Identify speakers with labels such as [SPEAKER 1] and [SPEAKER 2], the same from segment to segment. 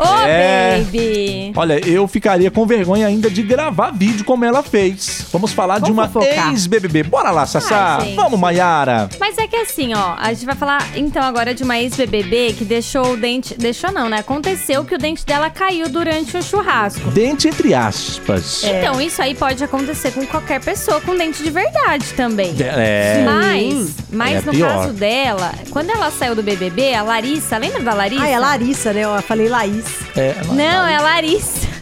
[SPEAKER 1] Ô,
[SPEAKER 2] É.
[SPEAKER 1] baby!
[SPEAKER 2] Olha, eu ficaria com vergonha ainda de gravar vídeo como ela fez. Vamos falar de uma
[SPEAKER 1] Vamos fofocar.
[SPEAKER 2] ex-BBB. Bora lá, Sassá.
[SPEAKER 1] Ai, gente.
[SPEAKER 2] Vamos, Maiara.
[SPEAKER 1] Mas é que assim, ó, a gente vai falar então agora de uma ex-BBB que deixou o dente. Deixou não, né? Aconteceu que o dente dela caiu durante o churrasco.
[SPEAKER 2] Dente entre aspas.
[SPEAKER 1] Então, isso aí pode acontecer com qualquer pessoa com dente de verdade também.
[SPEAKER 2] De- É.
[SPEAKER 1] Mas, mas
[SPEAKER 2] É
[SPEAKER 1] no
[SPEAKER 2] pior.
[SPEAKER 1] caso dela, quando ela saiu do BBB, a Larissa, lembra da Larissa?
[SPEAKER 3] Ah, é Larissa, né? Eu falei Laís.
[SPEAKER 2] é, ela-
[SPEAKER 1] Não, é a Larissa.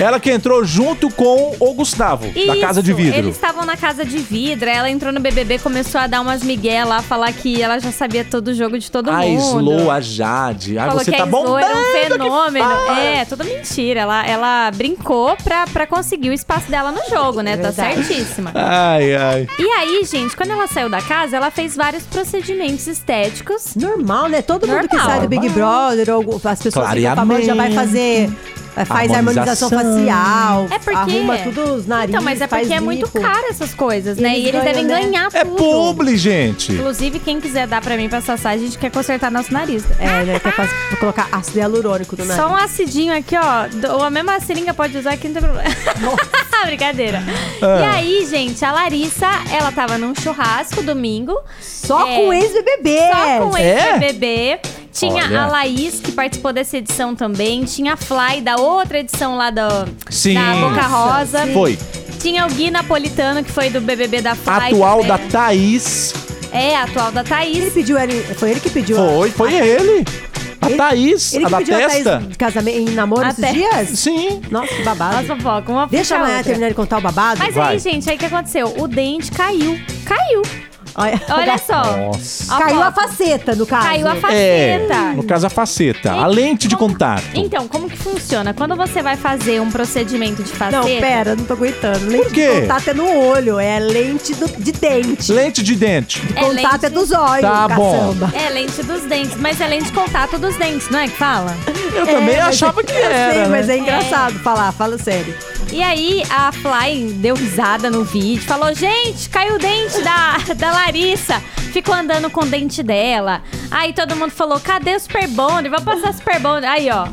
[SPEAKER 2] Ela que entrou junto com o Gustavo, da
[SPEAKER 1] Isso,
[SPEAKER 2] Casa de Vidro.
[SPEAKER 1] Eles estavam na casa de vidro, ela entrou no BBB, começou a dar umas migué lá, falar que ela já sabia todo o jogo de todo
[SPEAKER 2] a
[SPEAKER 1] mundo.
[SPEAKER 2] Slow, a Jade. Ai,
[SPEAKER 1] Falou
[SPEAKER 2] você
[SPEAKER 1] que
[SPEAKER 2] tá
[SPEAKER 1] a Slow era um
[SPEAKER 2] bombando, que
[SPEAKER 1] fenômeno.
[SPEAKER 2] fala.
[SPEAKER 1] É, tudo mentira. Ela, ela brincou pra, pra conseguir o espaço dela no jogo, né? Tá
[SPEAKER 3] Verdade.
[SPEAKER 1] certíssima.
[SPEAKER 2] Ai, ai.
[SPEAKER 1] E aí, gente, quando ela saiu da casa, ela fez vários procedimentos estéticos.
[SPEAKER 3] Normal, né? Todo mundo que
[SPEAKER 1] Normal. Ah.
[SPEAKER 3] sai do Big Brother, ou as pessoas que ficam
[SPEAKER 2] Clareamento.
[SPEAKER 3] famosa já vai fazer. Faz
[SPEAKER 2] Harmonização.
[SPEAKER 3] harmonização facial,
[SPEAKER 1] É porque-
[SPEAKER 3] arruma tudo os narizes,
[SPEAKER 1] Então, mas é porque
[SPEAKER 3] faz
[SPEAKER 1] é muito
[SPEAKER 3] lipo.
[SPEAKER 1] caro essas coisas, né?
[SPEAKER 3] Eles
[SPEAKER 1] e eles
[SPEAKER 3] ganham,
[SPEAKER 1] devem
[SPEAKER 3] né?
[SPEAKER 1] ganhar
[SPEAKER 2] É
[SPEAKER 1] tudo.
[SPEAKER 2] publi, gente.
[SPEAKER 1] Inclusive, quem quiser dar pra mim pra Sassá, a gente quer consertar nosso nariz.
[SPEAKER 3] É, né? Quer fazer, colocar ácido hialurônico do nariz.
[SPEAKER 1] Só um acidinho aqui, ó. Do- Ou a mesma seringa pode usar aqui, não tem problema. Brincadeira. E aí, gente, a Larissa, ela tava num churrasco domingo.
[SPEAKER 3] Só
[SPEAKER 1] É.
[SPEAKER 3] com ex-BBB.
[SPEAKER 1] Só Tá com
[SPEAKER 2] É?
[SPEAKER 1] esse bebê. Tinha
[SPEAKER 2] Olha.
[SPEAKER 1] a Laís, que participou dessa edição também. Tinha a Fly, da outra edição lá da,
[SPEAKER 2] Sim.
[SPEAKER 1] da Boca Rosa.
[SPEAKER 2] Foi.
[SPEAKER 1] Tinha o Gui Napolitano, que foi do BBB da Fly.
[SPEAKER 2] Atual da
[SPEAKER 1] também.
[SPEAKER 2] Thaís.
[SPEAKER 1] É, a atual da
[SPEAKER 3] Ele
[SPEAKER 1] Thaís.
[SPEAKER 3] pediu, ele, foi ele que pediu. a-
[SPEAKER 2] Foi, foi ele. A
[SPEAKER 3] Ele-
[SPEAKER 2] Thaís,
[SPEAKER 3] Ele
[SPEAKER 2] a
[SPEAKER 3] que
[SPEAKER 2] da
[SPEAKER 3] pediu a Thaís
[SPEAKER 2] testa.
[SPEAKER 3] de casamento, em namoro
[SPEAKER 1] A
[SPEAKER 3] esses
[SPEAKER 1] testa.
[SPEAKER 3] dias?
[SPEAKER 2] Sim.
[SPEAKER 3] Nossa, que babado.
[SPEAKER 1] Nossa, fofoca, uma
[SPEAKER 3] Deixa
[SPEAKER 1] puxa a
[SPEAKER 3] amanhã
[SPEAKER 1] outra.
[SPEAKER 3] terminar de contar o babado.
[SPEAKER 1] Mas
[SPEAKER 2] Vai.
[SPEAKER 1] aí, gente, aí o que aconteceu? O dente caiu. Caiu.
[SPEAKER 3] Olha,
[SPEAKER 1] Olha só.
[SPEAKER 2] Nossa.
[SPEAKER 1] Ó,
[SPEAKER 3] Caiu a
[SPEAKER 1] foto.
[SPEAKER 3] faceta, no caso. né?
[SPEAKER 1] Caiu a faceta.
[SPEAKER 2] É, no caso a faceta, a lente de
[SPEAKER 1] Como-
[SPEAKER 2] contato.
[SPEAKER 1] Então, como que funciona? Quando você vai fazer um procedimento de faceta...
[SPEAKER 3] Não, pera, não tô aguentando. Lente
[SPEAKER 2] quê?
[SPEAKER 3] de contato é no olho, é lente do- de dente.
[SPEAKER 2] Lente de dente.
[SPEAKER 1] É
[SPEAKER 3] contato
[SPEAKER 1] lente-
[SPEAKER 3] é dos olhos,
[SPEAKER 2] Tá bom.
[SPEAKER 3] caçamba.
[SPEAKER 1] É lente dos dentes, mas é lente de contato dos dentes, não é que fala?
[SPEAKER 2] Eu também
[SPEAKER 3] mas-
[SPEAKER 2] achava que
[SPEAKER 3] eu
[SPEAKER 2] era.
[SPEAKER 3] sei,
[SPEAKER 2] né?
[SPEAKER 3] mas é engraçado falar, fala sério.
[SPEAKER 1] E aí a Fly deu risada no vídeo, falou: gente, caiu o dente da, da Larissa. Ficou andando com o dente dela. Aí todo mundo falou: cadê o Super Bonder? Vou passar Super Bonder. Aí, ó.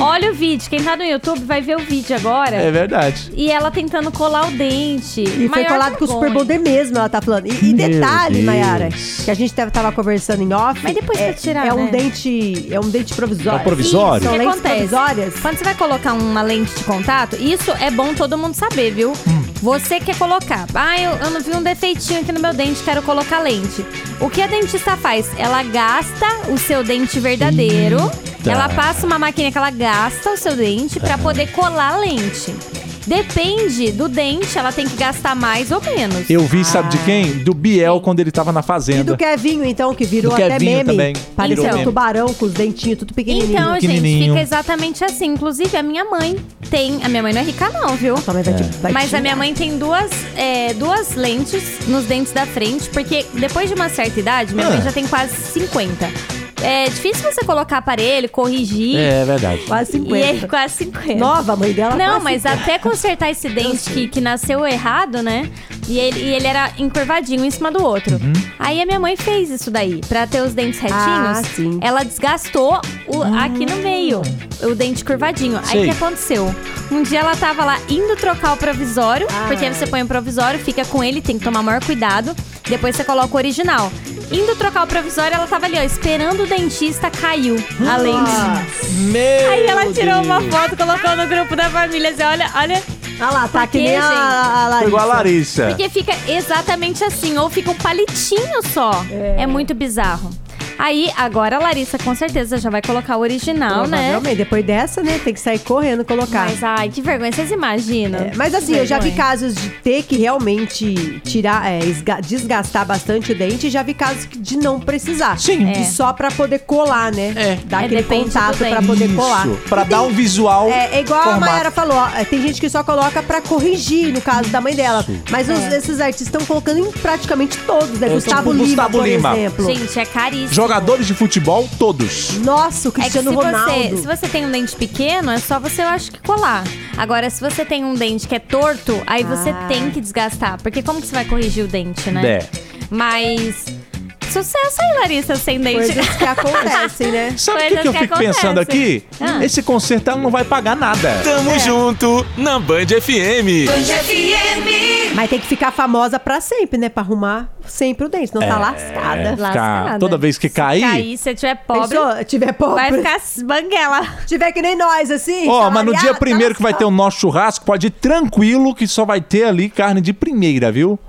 [SPEAKER 1] Olha o vídeo. Quem tá no YouTube vai ver o vídeo agora.
[SPEAKER 2] É verdade.
[SPEAKER 1] E ela tentando colar o dente.
[SPEAKER 3] E foi colado com o Super Bonder mesmo, ela tá falando. E, e
[SPEAKER 2] Meu
[SPEAKER 3] detalhe,
[SPEAKER 2] Deus.
[SPEAKER 3] Nayara, que a gente tava- tava conversando em off.
[SPEAKER 1] Mas depois
[SPEAKER 3] é,
[SPEAKER 1] que tirar,
[SPEAKER 3] É um
[SPEAKER 1] né?
[SPEAKER 3] dente. É um dente provisório.
[SPEAKER 2] É um provisório?
[SPEAKER 3] São
[SPEAKER 1] O que
[SPEAKER 3] lentes
[SPEAKER 1] acontece?
[SPEAKER 3] provisórias.
[SPEAKER 1] Quando você vai colocar uma lente de contato, isso é bom todo mundo saber, viu?
[SPEAKER 2] Hum.
[SPEAKER 1] Você quer colocar. Ah, eu, eu não vi um defeitinho aqui no meu dente, quero colocar lente. O que a dentista faz? Ela gasta o seu dente verdadeiro.
[SPEAKER 2] Eita.
[SPEAKER 1] Ela passa uma maquininha que ela gasta o seu dente pra poder colar a lente. Depende do dente, ela tem que gastar mais ou menos.
[SPEAKER 2] Eu vi, sabe de quem? Do Biel quando ele tava na
[SPEAKER 3] E
[SPEAKER 2] fazenda.
[SPEAKER 3] do Kevinho, então, que virou
[SPEAKER 2] Do
[SPEAKER 3] até
[SPEAKER 2] Kevinho
[SPEAKER 3] meme.
[SPEAKER 2] também,
[SPEAKER 3] Parecia
[SPEAKER 1] virou
[SPEAKER 3] um
[SPEAKER 1] meme.
[SPEAKER 3] tubarão com os dentinhos tudo pequenininho.
[SPEAKER 1] Então, gente,
[SPEAKER 2] pequenininho.
[SPEAKER 1] fica exatamente assim. Inclusive, a minha mãe tem. A minha mãe não é rica, não, viu?
[SPEAKER 3] Sua mãe vai te- vai
[SPEAKER 1] Mas
[SPEAKER 3] te-
[SPEAKER 1] a minha mãe tem duas, é, duas lentes nos dentes da frente, porque depois de uma certa idade, minha
[SPEAKER 2] Ah.
[SPEAKER 1] mãe já tem quase 50. É difícil você colocar aparelho, corrigir.
[SPEAKER 2] É verdade.
[SPEAKER 3] Quase
[SPEAKER 1] E aí,
[SPEAKER 3] 50.
[SPEAKER 1] quase 50.
[SPEAKER 3] Nova, a mãe dela.
[SPEAKER 1] Não,
[SPEAKER 3] quase
[SPEAKER 1] mas até consertar esse dente que, que nasceu errado, né? E ele, e ele era encurvadinho em cima do outro.
[SPEAKER 3] Uhum.
[SPEAKER 1] Aí a minha mãe fez isso daí. Pra ter os dentes retinhos,
[SPEAKER 3] Ah, sim. Hum.
[SPEAKER 1] ela desgastou o- aqui no meio. O dente curvadinho. Aí
[SPEAKER 2] Sei.
[SPEAKER 1] o que aconteceu? Um dia ela tava lá indo trocar o provisório,
[SPEAKER 3] Ah.
[SPEAKER 1] porque aí você põe o provisório, fica com ele, tem que tomar maior cuidado. Depois você coloca o original. Indo trocar o provisório, ela tava ali, ó, esperando o dentista, caiu a lente.
[SPEAKER 2] Meu
[SPEAKER 1] Aí ela tirou
[SPEAKER 2] Deus.
[SPEAKER 1] uma foto, colocou no grupo da família, assim, olha, olha.
[SPEAKER 3] Ah lá, tá
[SPEAKER 1] Por
[SPEAKER 3] que
[SPEAKER 1] quê,
[SPEAKER 3] nem a,
[SPEAKER 1] gente?
[SPEAKER 3] a Larissa.
[SPEAKER 2] Pegou a Larissa.
[SPEAKER 1] Porque fica exatamente assim, ou fica um palitinho só. É, muito bizarro. Aí, agora a Larissa com certeza já vai colocar o original, né?
[SPEAKER 3] Provavelmente, depois dessa, né, tem que sair correndo colocar.
[SPEAKER 1] Mas, ai, que vergonha, vocês imaginam?
[SPEAKER 3] É, mas assim, eu já vi
[SPEAKER 1] Vergonha.
[SPEAKER 3] casos de ter que realmente tirar, é, esga- desgastar bastante o dente e já vi casos que- de não precisar.
[SPEAKER 2] Sim.
[SPEAKER 3] E só pra poder colar, né?
[SPEAKER 2] É.
[SPEAKER 3] Dar
[SPEAKER 1] É,
[SPEAKER 3] aquele
[SPEAKER 1] depende do
[SPEAKER 3] contato pra
[SPEAKER 1] dente.
[SPEAKER 3] poder colar.
[SPEAKER 2] Isso, pra dar um visual.
[SPEAKER 3] É, é igual
[SPEAKER 2] formato.
[SPEAKER 3] a Mayara falou, ó, é, tem gente que só coloca pra corrigir, no caso da mãe dela. Mas os-
[SPEAKER 1] É.
[SPEAKER 3] esses artistas estão colocando em praticamente todos, né?
[SPEAKER 2] Eu tô
[SPEAKER 3] Gustavo
[SPEAKER 2] com o
[SPEAKER 3] Lima,
[SPEAKER 2] Gustavo
[SPEAKER 3] por
[SPEAKER 2] Lima.
[SPEAKER 3] exemplo.
[SPEAKER 1] Gente, é caríssimo.
[SPEAKER 2] Jogadores de futebol, todos.
[SPEAKER 3] Nossa, o
[SPEAKER 1] É que se
[SPEAKER 3] Cristiano
[SPEAKER 1] você,
[SPEAKER 3] Ronaldo.
[SPEAKER 1] se você tem um dente pequeno, é só você, eu acho que colar. Agora, se você tem um dente que é torto, aí você
[SPEAKER 3] Ah.
[SPEAKER 2] Né.
[SPEAKER 1] tem que desgastar. Porque como que você vai corrigir o dente, né?
[SPEAKER 2] É.
[SPEAKER 1] Mas Sucesso aí, Larissa, sem dente.
[SPEAKER 3] Coisas que acontecem, né?
[SPEAKER 2] Sabe o que,
[SPEAKER 1] Coisas
[SPEAKER 2] que eu
[SPEAKER 1] que
[SPEAKER 2] fico
[SPEAKER 1] acontecem.
[SPEAKER 2] pensando aqui?
[SPEAKER 1] Ah.
[SPEAKER 2] Esse concerto ela não vai pagar nada.
[SPEAKER 4] Tamo junto na Band FM.
[SPEAKER 3] Mas tem que ficar famosa pra sempre, né? Pra arrumar sempre o dente,
[SPEAKER 2] É.
[SPEAKER 3] não tá lascada.
[SPEAKER 1] Lascada.
[SPEAKER 2] Ficar- toda vez que cair.
[SPEAKER 1] Cair, se tiver pobre,
[SPEAKER 3] Pensou? Tiver pobre.
[SPEAKER 1] vai ficar banguela.
[SPEAKER 3] Tiver que nem nós, assim.
[SPEAKER 2] Ó, mas no dia
[SPEAKER 3] salariado,
[SPEAKER 2] primeiro que vai ter o nosso churrasco, pode ir tranquilo que só vai ter ali carne de primeira, viu?